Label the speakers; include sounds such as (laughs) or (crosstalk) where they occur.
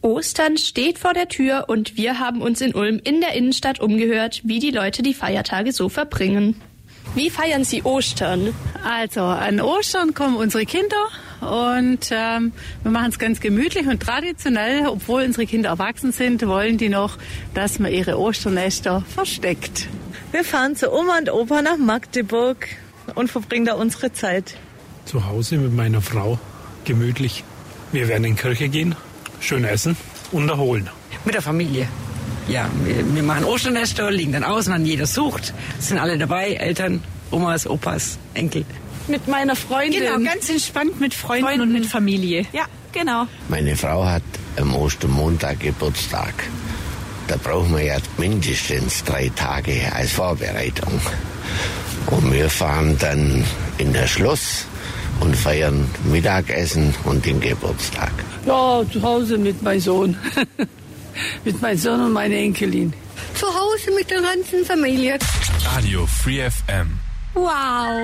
Speaker 1: Ostern steht vor der Tür und wir haben uns in Ulm in der Innenstadt umgehört, wie die Leute die Feiertage so verbringen. Wie feiern Sie Ostern?
Speaker 2: Also an Ostern kommen unsere Kinder und ähm, wir machen es ganz gemütlich und traditionell, obwohl unsere Kinder erwachsen sind, wollen die noch, dass man ihre Osternester versteckt.
Speaker 3: Wir fahren zu Oma und Opa nach Magdeburg und verbringen da unsere Zeit.
Speaker 4: Zu Hause mit meiner Frau, gemütlich. Wir werden in die Kirche gehen, schön essen und erholen.
Speaker 5: Mit der Familie. Ja, wir, wir machen Osternester, liegen dann außen an jeder sucht. Sind alle dabei, Eltern, Omas, Opas, Enkel.
Speaker 6: Mit meiner Freundin.
Speaker 7: Genau, ganz entspannt mit Freunden, Freunden. und mit Familie.
Speaker 6: Ja, genau.
Speaker 8: Meine Frau hat am Ostermontag Geburtstag. Da brauchen wir ja mindestens drei Tage als Vorbereitung. Und wir fahren dann in das Schloss und feiern Mittagessen und den Geburtstag.
Speaker 9: Ja, zu Hause mit meinem Sohn. (laughs) mit meinem Sohn und meiner Enkelin.
Speaker 10: Zu Hause mit der ganzen Familie.
Speaker 11: Radio Free FM.
Speaker 10: Wow.